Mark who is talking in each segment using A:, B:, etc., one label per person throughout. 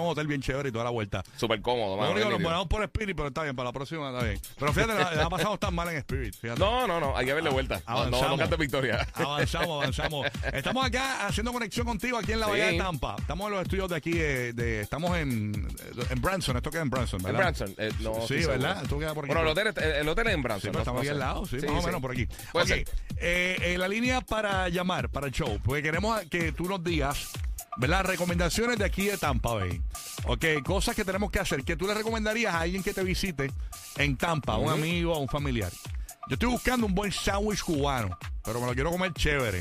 A: un hotel bien chévere y toda la vuelta.
B: Súper cómodo,
A: Lo
B: mano,
A: único,
B: bien
A: nos
B: nítido.
A: moramos por Spirit, pero está bien, para la próxima está bien. Pero fíjate, la, la pasamos tan mal en Spirit. Fíjate.
B: No, no, no, hay que darle vuelta.
A: Ah,
B: No, no, no
A: avanzamos.
B: cantes victoria.
A: Ah, Avanzamos, avanzamos. Estamos acá haciendo conexión contigo aquí en la Bahía
B: Sí.
A: de Tampa. Estamos en los estudios de aquí, de, de- estamos en, en Branson, esto queda en Branson, ¿verdad?
B: En Branson. eh, no,
A: Sí,
B: estoy seguro.
A: ¿verdad? Tú quedas por aquí.
B: Bueno, el hotel, es- el, el hotel es en Branson.
A: Sí,
B: no-
A: pero estamos
B: no
A: aquí
B: sé. Pues,
A: al lado, sí, más o menos por aquí.
B: Puede
A: Ok,
B: ser.
A: eh, eh, la línea para llamar, para el show, porque queremos a- que tú nos digas, ¿verdad? Recomendaciones de aquí de Tampa Bay. Ok, cosas que tenemos que hacer, que tú le recomendarías a alguien que te visite en Tampa, a un
B: Ujú.
A: amigo, a un familiar. Yo estoy buscando un buen sándwich cubano, pero me lo quiero comer chévere.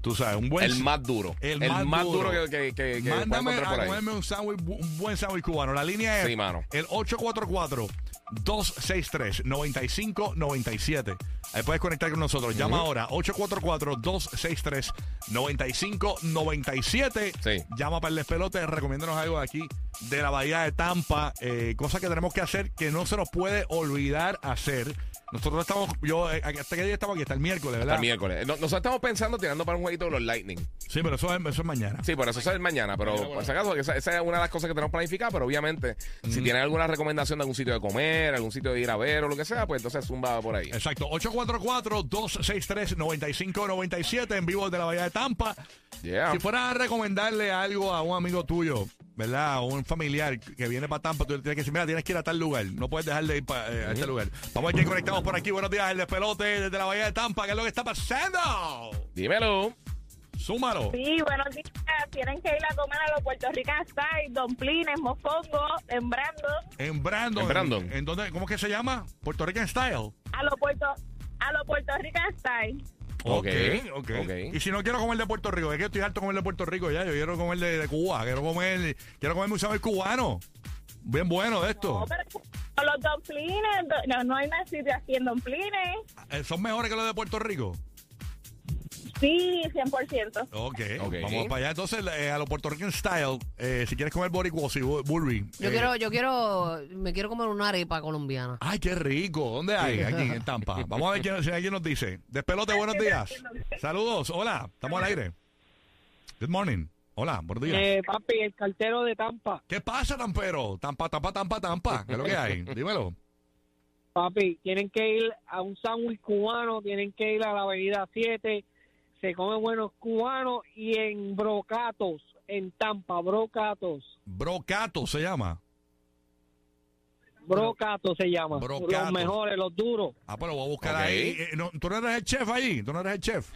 A: Tú sabes, un buen...
B: El más duro.
A: el más duro.
B: que, que, que, que pueda
A: Mándame a
B: encontrar por ahí.
A: comerme un, sándwich bu- un buen sándwich cubano. La línea es
B: Sí, mano.
A: el 844-263-9597. Ahí puedes conectar con nosotros. Llama ahora 844-263-9597.
B: Sí.
A: Llama para el despelote. Recomiéndanos algo de aquí de la Bahía de Tampa. eh, cosas que tenemos que hacer que no se nos puede olvidar hacer. Nosotros estamos, yo, eh, ¿hasta qué día estamos aquí? Hasta el miércoles, ¿verdad?
B: Hasta el miércoles. No- Nosotros estamos pensando tirando para un jueguito de los Lightning.
A: Sí, pero eso es, eso es mañana.
B: Sí, por eso sale mañana, pero por si acaso, esa, esa es una de las cosas que tenemos planificada, pero obviamente,
A: Mm.
B: si tienen alguna recomendación de algún sitio de comer, algún sitio de ir a ver o lo que sea, pues entonces zumba por ahí.
A: Exacto, 844-263-9597 en vivo de la Bahía de Tampa.
B: Yeah.
A: Si fuera a recomendarle algo a un amigo tuyo, ¿verdad? O un familiar que viene para Tampa, tú le tienes que decir, mira, tienes que ir a tal lugar, no puedes dejar de ir pa- eh, a este lugar. Vamos aquí, conectamos por aquí, buenos días, el despelote desde la Bahía de Tampa, ¿qué es lo que está pasando?
B: Dímelo.
A: Súmalo.
C: Sí, buenos días. Tienen que ir a comer a los Puerto Rican Style, domplines, mofongo, en Brando,
A: En Brandon.
B: En Brandon.
A: en dónde- ¿Cómo es que se llama? Puerto Rican Style.
C: a los Puerto, a los Puerto Rican Style.
B: Ok,
A: ok.
B: ok.
A: Y si no quiero comer de Puerto Rico, es que estoy harto de comer de Puerto Rico ya, yo quiero comer de, de Cuba, quiero comer, quiero comer un sándwich cubano. Bien bueno de
B: Oh.
A: esto.
C: No, pero con los domplines, do- no, no hay más sitio aquí en domplines.
A: Eh, ¿Son mejores que los de Puerto Rico?
C: Sí, 100%.
A: Ok,
B: Ok.
A: vamos para allá. Entonces, eh, a lo Puerto Rican Style, eh, si quieres comer boricuosi, bu- burri.
D: Yo
A: eh,
D: quiero, yo quiero, me quiero comer una arepa colombiana.
A: Ay, qué rico. ¿Dónde hay? Aquí en Tampa. Vamos a ver quién, si alguien nos dice. Despelote, buenos días. Saludos. Hola, estamos al aire. Good morning. Hola, buenos días.
E: Eh, papi, el cartero de Tampa.
A: ¿Qué pasa, Tampero? Tampa, tampa, tampa, tampa. ¿Qué es lo que hay? Dímelo.
E: Papi, tienen que ir a un sándwich cubano, tienen que ir a la Avenida 7. Se comen buenos cubanos y en Brocatos, en Tampa, Brocatos.
A: Brocato se llama.
E: Brocatos se llama.
A: Brocatos.
E: Los mejores, los duros.
A: Ah, pues lo voy a buscar
B: Ok.
A: ahí. Eh, no, ¿Tú no eres el chef ahí? ¿Tú no eres el chef?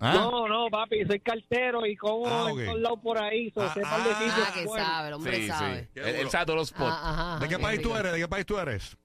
A: ¿Ah?
E: No, no, papi, soy cartero y como
A: Ah, ok.
E: en todos lados por ahí. So,
A: Ah,
E: sé par de
A: ah,
E: sitios
D: Ah, que
E: buenos.
D: sabe, el hombre
B: Sí, sí.
D: sabe.
A: Qué
B: Él- Él
A: duro.
B: sabe todos los spots.
D: Ah, ajá, ajá,
A: ¿De qué
D: bien
A: país tú
D: rico.
A: eres? ¿De qué país tú eres?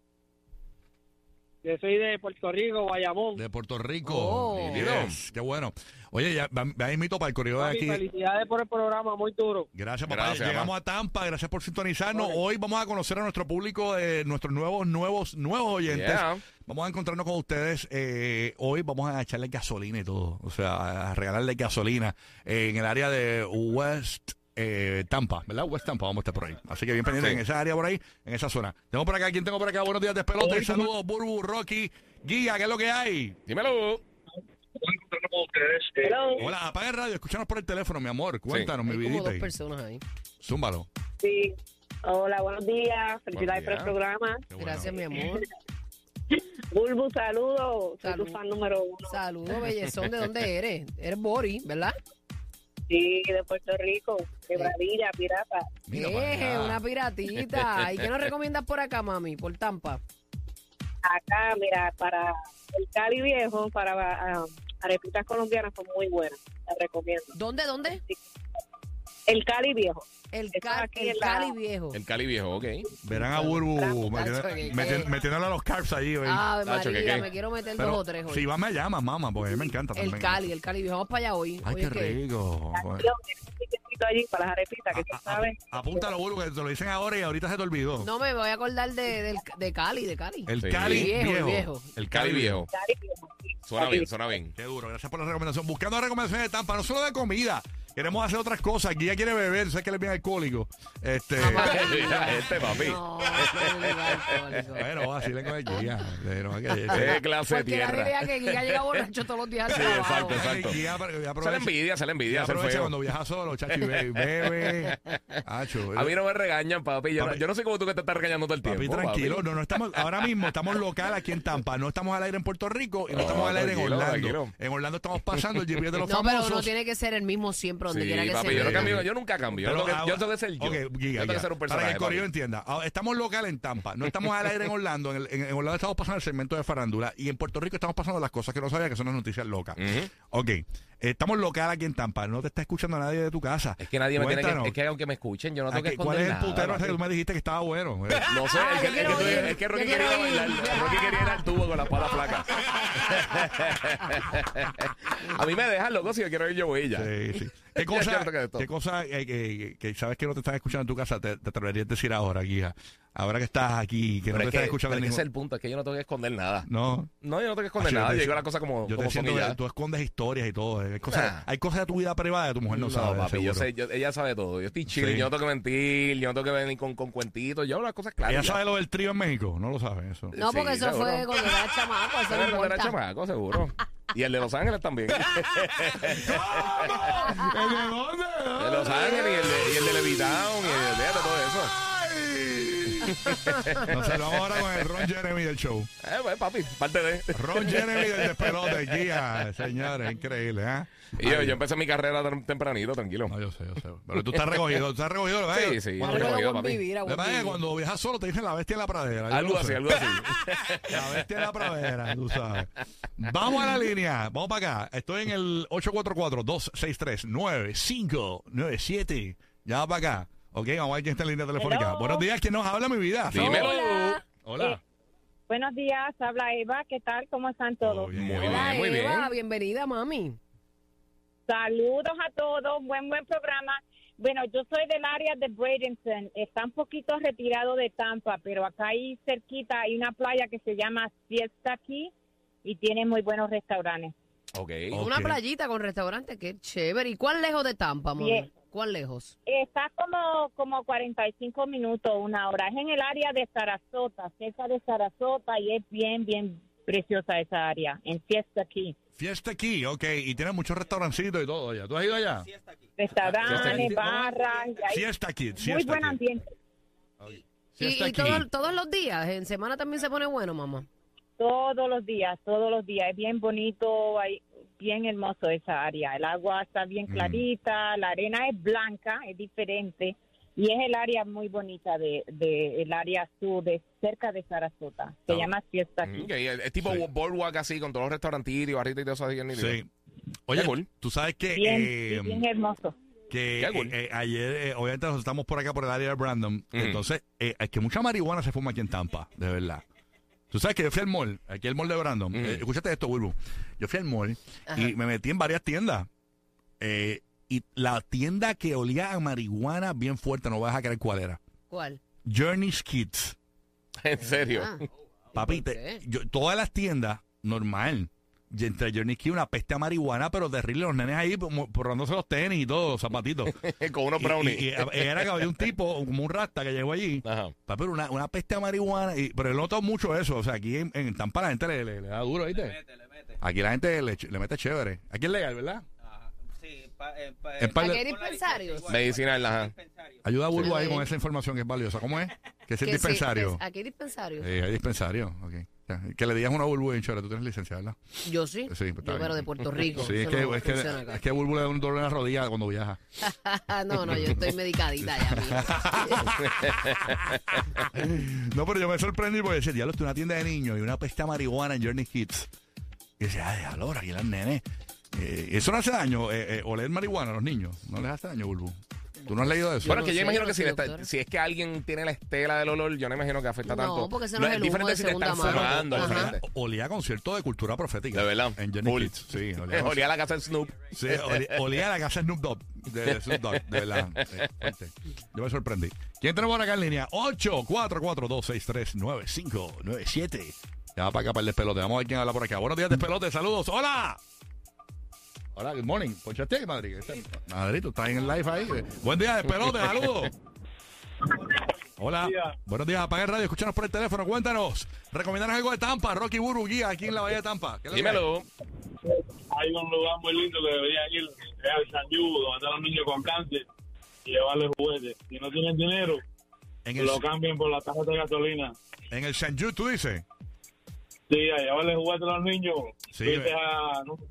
E: Yo soy de Puerto Rico, Bayamón.
A: De Puerto Rico.
D: Oh.
A: Yes, qué bueno. Oye, ya, va- va invito para el corredor
E: Papi,
A: de aquí.
E: felicidades por el programa, muy duro.
A: Gracias, papá.
B: Gracias,
A: Llegamos a Tampa. Gracias por sintonizarnos. Hoy vamos a conocer a nuestro público, eh, nuestros nuevos, nuevos, nuevos oyentes.
B: Yeah.
A: Vamos a encontrarnos con ustedes. eh, hoy vamos a echarle gasolina y todo. O sea, a regalarle gasolina eh, en el área de West eh, Tampa, ¿verdad? West Tampa, vamos a estar por ahí. Así que bien pendiente
B: Sí.
A: en esa área por ahí, en esa zona. Tengo por acá, ¿quién tengo por acá? Buenos días, despelote. Saludos, Burbu, Rocky, Guía, ¿qué es lo que hay?
B: Dímelo.
E: Hello.
A: Hola, apaga el radio, escúchanos por el teléfono, mi amor. Cuéntanos, mi
D: Hay como dos
A: vidita.
D: personas ahí.
A: Zúmbalo.
C: Sí. Hola, buenos días.
B: Felicidades Buenos por
C: programa.
A: Qué bueno.
D: Gracias, mi amor.
C: Bulbu, saludos.
D: Soy tu Salud. fan
C: número uno.
D: Saludos, bellezón. ¿De dónde eres? Eres Bori, ¿verdad?
C: Sí, de Puerto Rico. Quebradilla, pirata.
A: Mira para
D: Eh,
A: allá.
D: una piratita. ¿Y qué nos recomiendas por acá, mami? Por Tampa.
C: acá, mira, para el Cali Viejo, para ah, arepitas colombianas, son muy buenas. Las recomiendo.
D: ¿Dónde, dónde?
C: El Cali Viejo.
D: El,
C: Está
D: Cal-
C: aquí
D: el
C: en la-
D: Cali viejo.
B: El Cali viejo, ok.
A: Verán a Burbu
D: Tacho,
A: metiendo-
D: que-
A: meti- metiéndole a los carps ahí. güey.
D: Ave
B: Tacho, ¿qué,
D: María,
B: qué?
D: me quiero meter
A: Pero
D: dos o tres hoy.
A: Si va, me llamas, mamá, porque a mí me encanta
D: el
A: también.
D: Cali, el Cali viejo. Vamos para allá hoy.
A: Ay,
D: Hoy
A: qué
D: es que-
A: rico.
C: Yo tengo un tiquetito allí para las arepitas, que tú
A: A- a-
C: sabes.
A: apúntalo, Burbu, que te lo dicen ahora y ahorita se te olvidó.
D: No me voy a acordar de, del- de Cali, de Cali.
A: El
B: Sí.
A: Cali
D: Viejo,
A: viejo,
D: viejo.
A: El
B: Cali viejo.
C: Cali Viejo. sí.
B: Suena
C: Aquí.
B: bien, suena bien.
A: Qué duro, gracias por la recomendación. Buscando recomendaciones de Tampa, no solo de comida. Queremos hacer otras cosas. Guía quiere beber, sé que él es bien alcohólico. Este.
D: Ah,
B: este, papi.
D: No, no, no,
A: Bueno, así le con el guía. Le- no, que-
B: Qué Este clase de
D: Porque la
B: tierra.
D: idea que Giga llega borracho todos los días. al
B: Sí,
D: trabajo.
B: exacto, exacto.
A: Guía, apro-
B: Sale
A: aprovecha-
B: envidia,
A: guía
B: sale envidia, ser
A: aprovecha
B: feo.
A: cuando viaja solo, chacho, y bebe. bebe. Acho,
B: A mí no me regañan, papi. Yo,
A: Papi.
B: yo no soy como tú que te estás regañando todo el
A: Papi,
B: tiempo.
A: tranquilo, no, no estamos, ahora mismo estamos local aquí en Tampa, no estamos al aire en Puerto Rico y no,
B: No,
A: estamos al aire en
B: tranquilo,
A: Orlando.
B: tranquilo.
A: En Orlando estamos pasando el GPS de los
D: No, pero
A: famosos.
D: uno tiene que ser el mismo siempre, donde
B: Sí,
D: quiera que
B: papi,
D: sea.
B: yo no cambio, yo nunca cambio.
A: Pero
B: yo, tengo que, yo
A: ahora-
B: tengo que ser yo.
A: Ok,
B: yo
A: guía,
B: tengo que
A: guía.
B: ser un
A: Para que
B: personaje.
A: el corrido
B: papi.
A: entienda, ahora estamos local en Tampa, no estamos al aire en Orlando, en, el- en- en Orlando estamos pasando el segmento de farándula y en Puerto Rico estamos pasando las cosas que no sabía que son las noticias locas.
B: Ujú.
A: Ok, estamos local aquí en Tampa, no te está escuchando nadie de tu casa.
B: Es que nadie me tiene
A: Cuéntanos,
B: que. Es que aunque me escuchen, yo no
A: ¿a
B: tengo que
A: qué- ¿Cuál
B: esconder
A: es el
B: nada,
A: putero ese
B: papi.
A: que tú me dijiste que estaba bueno?
B: No sé,
D: Ah,
B: es que,
D: yo quiero
B: es que tú-
D: ir,
B: es que Rocky
D: yo quiero
B: quería bailar.
D: ir.
B: Rocky quería ir al tubo con la pala placa. a mí me dejan loco si yo quiero ir yo voy y ya.
A: Sí, sí. ¿Qué
B: Ya,
A: cosa,
B: ya toca de todo.
A: qué cosa eh, que, que sabes que no te están escuchando en tu casa te, te atreverías a decir ahora, guía? Ahora que estás aquí, que
B: Pero
A: no te
B: es
A: están
B: que,
A: escuchando
B: pero
A: en
B: ese es
A: ningún...
B: el punto, es que yo no tengo que esconder nada.
A: No.
B: No, yo no tengo que esconder
A: Así, yo
B: nada.
A: te
B: Yo
A: siento-
B: digo las cosas como,
A: Yo te
B: como son
A: siento
B: y ya.
A: que tú escondes historias y todo. eh. Hay cosas,
B: Nah.
A: hay cosas de tu vida privada que tu mujer no, sabe.
B: papi, yo
A: seguro.
B: sé, yo- ella sabe todo. Yo estoy chill,
A: Sí.
B: yo no tengo que mentir, yo no tengo que venir con, con cuentitos, yo hablo las cosas claras.
A: Ella
B: ya.
A: sabe lo del trío en México, no lo sabe eso.
D: No, porque
B: Sí,
D: eso
B: seguro.
D: fue cuando era chamaco,
B: Pero
D: eso no
B: cuando era
D: importa.
B: chamaco, seguro. Y el de Los Ángeles también. el
A: ¿El de dónde?
B: de Los Ángeles y el de, y el de Levitown y el de fíjate, todo eso.
A: Ay. Nos saludamos ahora con el Ron Jeremy del show.
B: Eh, pues, papi, parte de.
A: Ron Jeremy del despelote, guía, señores, increíble, ¿ah?
B: Y yo, yo empecé mi carrera tan- tempranito, tranquilo.
A: No, yo sé, yo sé. Pero tú estás recogido, tú estás recogido, ¿verdad?
B: Sí, sí.
A: Cuando,
B: Yo
D: Algo
B: me quedo,
D: de buen
B: papi.
D: vivir, a buen
A: ¿verdad? que
D: vivir.
A: cuando viajas solo te dicen la bestia en la pradera. Yo
B: Algo
A: no
B: así,
A: sé.
B: algo así.
A: La bestia en la pradera, tú sabes. Vamos a la línea, vamos para acá. Estoy en el 844-263-9597. Ya para acá. Ok, vamos a ver quién está en línea telefónica.
C: Hello.
A: Buenos días, ¿quién nos habla, mi vida?
B: Dímelo.
D: Hola.
A: Hola.
C: Buenos días, habla Eva, ¿qué tal? ¿Cómo están todos?
A: Todo bien,
B: Muy
A: Eva.
B: bien.
D: Hola, Eva,
B: bien.
D: bienvenida, mami.
C: Saludos a todos, buen, buen programa. Bueno, yo soy del área de Bradenton, está un poquito retirado de Tampa, pero acá ahí cerquita hay una playa que se llama Siesta Key y tiene muy buenos restaurantes.
B: Ok.
A: Ok.
D: Una playita con restaurante, qué chévere. ¿Y cuán lejos de Tampa, mami?
C: Bien.
D: ¿Cuán lejos?
C: Está como, como 45 minutos, una hora. Es en el área de Sarasota, cerca de Sarasota y es bien, bien preciosa esa área, en Siesta Key.
A: Fiesta aquí, ok. Y tiene muchos restaurancitos y todo allá. ¿Tú has ido allá? Siesta Key.
C: Restaurantes, barras, y hay
A: Fiesta aquí,
C: muy
A: fiesta
C: buen
A: aquí.
C: ambiente.
D: Y,
A: Fiesta
D: y
A: aquí.
D: todos, todos los días, en semana también se pone bueno, mamá.
C: Todos los días, todos los días. Es bien bonito, hay- bien hermoso esa área. El agua está bien
A: Mm.
C: clarita, la arena es blanca, es diferente. Y es el área muy bonita de, de- el área sur, de cerca de Sarasota. Se
A: Ah.
C: llama Fiesta aquí.
B: Ok, es es tipo
A: Sí.
B: boardwalk así, con todos los restaurantitos y barritas y todo eso así. bien nítido.
A: Sí. Oye,
B: Qué cool.
A: tú sabes que...
C: Bien,
A: eh,
C: sí, bien hermoso.
A: que
B: Qué cool.
A: eh, eh, ayer, eh, obviamente nos estamos por acá por el área de Brandon, entonces eh, es que mucha marihuana se fuma aquí en Tampa, de verdad. Tú sabes que yo fui al mall, aquí el mall de Brandon,
B: Mm.
A: Eh, escúchate esto, Wilbu, yo fui al mall y me metí en varias tiendas eh, y la tienda que olía a marihuana bien fuerte, no vas a creer cuál era,
D: ¿Cuál?
A: Journey's Kids.
B: En serio.
D: Ah, eh.
A: Papi,
D: ¿Por
A: te-
D: qué?
A: yo- todas las tiendas, normal. Y entre Journey's Kids una peste a marihuana, pero terrible. Los nenes ahí como, porrándose los tenis y todo, los zapatitos.
D: Ah.
B: con unos
A: Y-
B: brownies.
A: Y, y era que había un tipo, como un rasta que llegó allí.
B: Ajá.
A: pa, Pero una, una peste a marihuana. y- pero he notado mucho eso. O sea, aquí en, en Tampa la gente le, le- le da duro, ¿viste? Aquí la gente le, ch- le mete chévere. Aquí es legal, ¿verdad?
F: Sí, pa- eh, pa-
A: En par de-
D: Aquí hay dispensarios.
F: Igual,
B: Medicinal, ajá.
F: dispensario.
A: Ayuda a Burbu ahí
D: Sí.
A: con esa información que es valiosa. ¿Cómo es? Que es el
D: Que sí,
A: dispensario.
D: pues, aquí hay dispensarios.
A: Eh, hay dispensario. ok. Ya, Que le digas una Burbu en chora. Tú tienes licencia, ¿verdad?
D: Yo sí.
A: Sí, pues, está
D: yo,
A: bien.
D: pero de Puerto Rico.
A: Sí, es
D: Eso
A: que,
D: no
A: es, que,
D: funciona acá. Ah,
A: es que Burbu le da un dolor en la rodilla cuando viaja.
D: no, no, yo estoy medicadita ya, amigo.
A: No, pero yo me sorprendí porque decía, diablo, esto es una tienda de niños y una pesta marihuana en Journey Kids. Y decía, ay, diablo, ahora aquí las nenes. Eh, eso no hace daño, eh, eh, oler marihuana a los niños. No les hace daño, Bulbu. ¿Tú no has leído eso?
B: Bueno,
D: no
B: es que yo
D: sé,
B: imagino
D: no
B: que si,
D: sé,
B: le está-
D: doctora.
B: si es que alguien tiene la estela del olor, yo no imagino que afecta
D: No,
B: tanto.
D: porque ese no es el humo de
B: diferente si le
D: segunda
B: están
D: mano.
B: fumando.
D: Ajá.
B: diferente.
A: olía a concierto de cultura profética.
B: De verdad.
A: En Journey
B: Full.
A: Kids. Sí, olía,
B: Eh,
A: a-
B: Olía la casa de Snoop.
A: sí, olía- olía a la casa de Snoop Dogg. De, de Snoop Dogg, de verdad. Sí, fuerte. yo me sorprendí. ¿Quién tenemos acá en línea? 844-263-9597. Ya va para acá para el despelote. Vamos a ver quién habla por acá. Buenos días, despelote. Saludos. ¡Hola!
G: Hola, good morning.
A: este
G: Ponchaste, Madrid. Madrid, tú estás en el live ahí. eh.
A: Buen día, de pelote, saludos. Hola, buenos días, apaga el radio, escúchanos por el teléfono, cuéntanos. Recomendanos algo de Tampa, Rocky Buru, guía aquí en la Bahía de Tampa. ¿Qué es la que hay?
B: Dímelo.
H: hay un lugar muy lindo que deberían ir, es al San Yugo, donde están los niños con cáncer y llevarles juguetes. Si no tienen dinero,
A: En el,
H: lo cambian por la tarjeta de gasolina.
A: en el San Jude, tú dices.
H: Sí, a llevarles juguetes a los niños.
A: Sí,
H: Vete
A: ve.
H: a- no sé,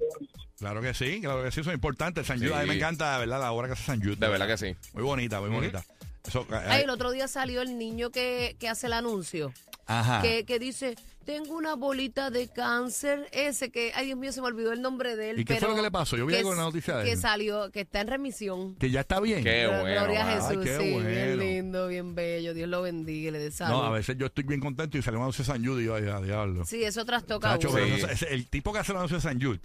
A: Claro que sí, claro que sí, eso es importante. El San Jude,
B: Sí.
A: a mí me encanta, de verdad, la obra que hace San Jude.
B: De verdad que sí.
A: Muy bonita, muy bonita. Eso, eh,
D: Ay, el otro día salió el niño que, que hace el anuncio,
A: ajá.
D: que, que dice, tengo una bolita de cáncer, ese que, ay Dios mío, se me olvidó el nombre de él.
A: ¿Y qué fue
D: pero
A: lo que le pasó? Yo vi algo en la
D: s-
A: noticia de
D: Que
A: él.
D: salió, que está en remisión.
A: Que ya está bien.
B: Qué
D: Gl-
B: bueno.
D: Gloria a
B: mano.
D: Jesús,
A: Ay, qué
D: sí,
A: bueno.
D: bien lindo, bien bello, Dios lo bendiga, y le dé salud.
A: No, a veces yo estoy bien contento y salimos a San Jude y yo, ay, a diablo.
D: Sí, eso trastoca a
A: Chacho,
D: uno.
A: pero
B: Sí.
A: eso- ese- el tipo que hace el anuncio de San Jude,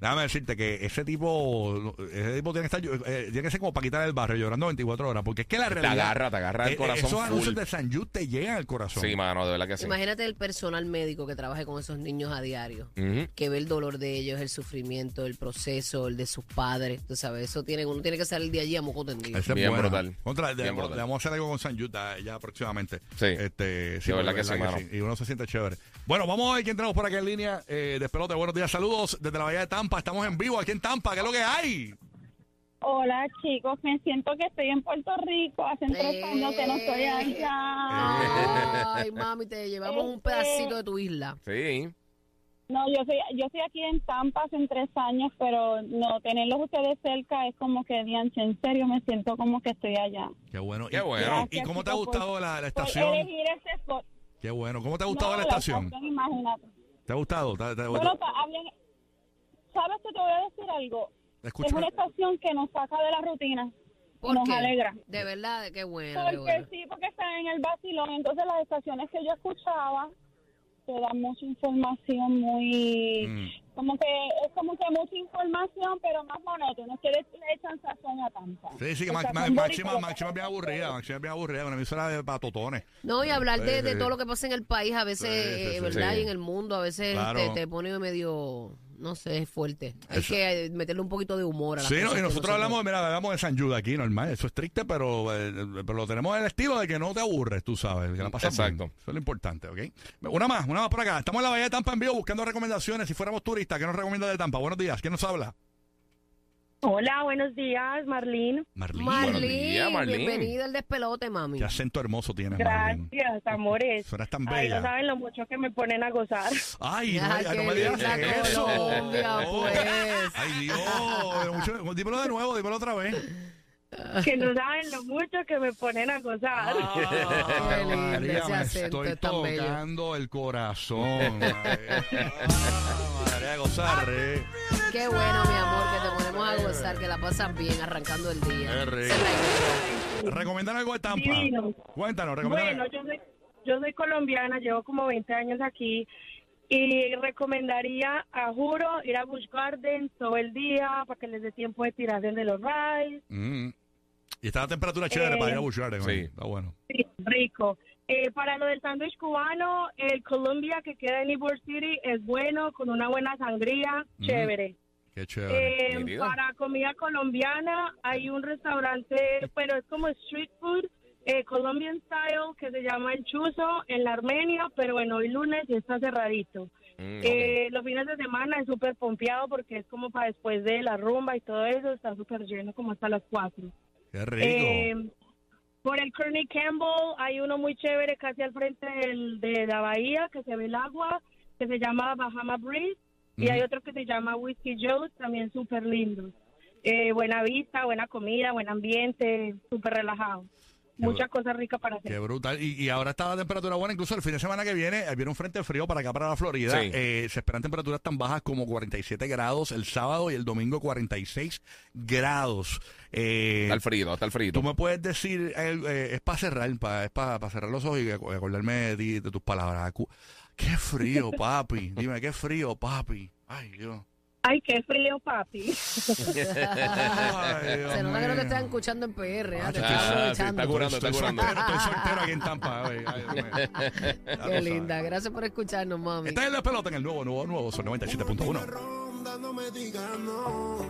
A: déjame decirte que ese tipo, ese tipo tiene que estar, eh, tiene que ser como para quitar el barrio llorando 24 horas, porque es que la
B: Te
A: realidad.
B: agarra, te agarra el
A: eh,
B: corazón
A: Esos anuncios
B: full.
A: de San Jude te llegan al corazón.
B: Sí, mano, de verdad que sí.
D: Imagínate el personal médico que trabaje con esos niños a diario,
B: Ujú.
D: que ve el dolor de ellos, el sufrimiento, el proceso, el de sus padres, tú sabes, eso tiene, uno tiene que salir de allí a moco tendido.
A: Ese es
B: Bien
A: buena.
B: brutal.
A: Contra, le,
B: Bien
A: vamos-
B: brutal.
A: le vamos a hacer algo con San Jude eh, ya próximamente.
B: Sí.
A: Este,
B: De verdad
A: porque
B: que sí, mano.
A: Y uno se siente chévere. Bueno, vamos a ver quién tenemos por aquí en línea. Eh, Despelote, buenos días, saludos desde la Bahía de Tampa. Estamos en vivo aquí en Tampa. ¿Qué es lo que hay?
I: Hola chicos, me siento que estoy en Puerto Rico, hace
A: Eh.
I: tres años que no estoy allá.
D: Ay, mami, te llevamos un
I: Este,
D: pedacito de tu isla.
B: Sí.
I: No, yo soy, yo estoy aquí en Tampa hace tres años, pero no, tenerlos ustedes cerca es como que, dianche, en serio me siento como que estoy allá.
A: Qué bueno.
B: Qué
A: Y-
B: bueno.
A: ¿Y, cómo te ha
I: Gracias,
A: gustado la,
I: Por
A: la estación?
I: elegir este spot.
A: Qué bueno. ¿Cómo te ha gustado
I: No,
A: la estación?
I: imagínate.
A: ¿Te ha gustado? ¿Te, te-
I: Bueno, pa- hablen- ¿sabes que te voy a decir algo?
A: te escucho?
I: Es una estación que nos saca de la rutina,
D: ¿Por
I: nos
D: qué?
I: alegra.
D: De verdad, qué bueno, qué
I: Porque
D: bueno.
I: sí, porque están en el vacilón. Entonces las estaciones que yo escuchaba te dan mucha información muy...
A: Mm.
I: Como que es como que mucha información, pero más monótono. Es que le, le echan sazón a tanta.
A: Sí, sí, que
I: O
A: ma-
I: sea,
A: ma-
I: son
A: Máxima
I: boricuas.
A: Máxima es bien aburrida, Máxima es bien aburrida, una emisora de patotones.
D: No, y hablar de, de
A: Sí.
D: todo lo que pasa en el país, a veces,
A: Sí, sí,
D: eh,
A: sí.
D: ¿verdad?
B: Sí.
D: Y en el mundo, a veces
A: Claro.
D: te, te pone medio, no sé, fuerte. Hay
A: Eso-
D: que eh, meterle un poquito de humor a la
A: Sí, no, y nosotros hablamos, mira, hablamos de San Jude aquí, normal, eso es triste, pero, eh, pero lo tenemos en el estilo de que no te aburres, tú sabes, que la pasas bien.
B: Exacto.
A: Eso es lo importante, ¿ok? Una más, una más por acá. Estamos en la Bahía de Tampa en vivo buscando recomendaciones. Si fuéramos turistas, ¿qué nos recomienda de Tampa? Buenos días, ¿quién nos habla?
J: Hola, buenos días, Marlene.
A: Marlene.
B: Buenos
D: Marlene,
B: días, Marlene.
D: bienvenida al despelote, mami.
A: Qué acento hermoso tienes, Marlene.
J: Gracias, amores.
A: Suenas tan
J: Ay, no
A: bella.
J: saben lo mucho que me ponen a gozar.
A: Ay, no, ay,
D: Ay,
A: no
D: qué
A: me digas
D: linda
A: eso.
D: Colombia,
A: Oh,
D: pues.
A: Ay, Dios. mucho- dímelo de nuevo, dímelo otra vez.
J: Que no saben lo mucho que me ponen a gozar.
A: Ah,
D: lindo
A: María,
D: ese
A: me
D: acento,
A: estoy
D: es tan bello.
A: tocando el corazón. Ah, María gozar, eh.
D: Qué bueno, mi amor, que te ponemos a gozar, que la pasas bien arrancando el
A: Qué
D: día.
A: rico. ¿Recomiendan algo de Tampa?
J: Divino.
A: Cuéntanos, recomiendan
J: Bueno, yo soy, yo soy colombiana, llevo como 20 años aquí y recomendaría a Juro ir a Busch Gardens todo el día para que les dé tiempo de tirarse de los rides.
A: Mm. Y está la temperatura chévere para ir a Bush Garden,
B: sí.
A: ¿eh? Está bueno.
J: Sí, rico. Eh, para lo del sándwich cubano, el Colombia que queda en Ybor City es bueno, con una buena sangría,
A: Mm.
J: chévere.
A: Qué chévere.
J: Eh,
B: Nítido.
J: para comida colombiana hay un restaurante, pero es como street food, eh, Colombian style, que se llama El Chuzo en la Armenia, pero bueno, hoy lunes y está cerradito.
B: Mm, ok.
J: Eh, los fines de semana es súper pompeado porque es como para después de la rumba y todo eso, está súper lleno como hasta las 4.
A: Qué rico.
J: Eh, por el Kearney Campbell hay uno muy chévere casi al frente del- de la bahía que se ve el agua, que se llama Bahama Breeze. Y
A: Ujú.
J: hay otro que se llama Whiskey Joe's, también súper lindo. Eh, buena vista, buena comida, buen ambiente, súper relajado.
A: Qué
J: Muchas cosas ricas para hacer.
A: Qué brutal. Y, y ahora está la temperatura buena. Incluso el fin de semana que viene eh, viene un frente frío para acá, para la Florida.
B: Sí.
A: Eh, se esperan temperaturas tan bajas como 47 grados el sábado y el domingo 46 grados. Eh,
B: Está el frío, está el frío.
A: Tú me puedes decir, eh, eh, es para cerrar, pa- es para cerrar los ojos y acu- acordarme de, ti, de tus palabras. Acu- Qué frío, papi. Dime, qué frío, papi. Ay, Dios.
J: Ay, qué frío, papi.
A: Ay, Dios
D: Se nota que no te
A: mío.
D: están escuchando en PR, ¿eh?
A: Ah,
D: te
A: sí,
D: están
A: sí,
D: aprovechando.
B: está curando,
A: estoy,
B: está curando.
A: soltero, estoy soltero aquí en Tampa. Ay, ay, Dios mío. Ya tú
D: Qué
A: sabes.
D: linda, gracias por escucharnos, mami.
A: Está en la pelota en el nuevo, nuevo, nuevo, son 97.1.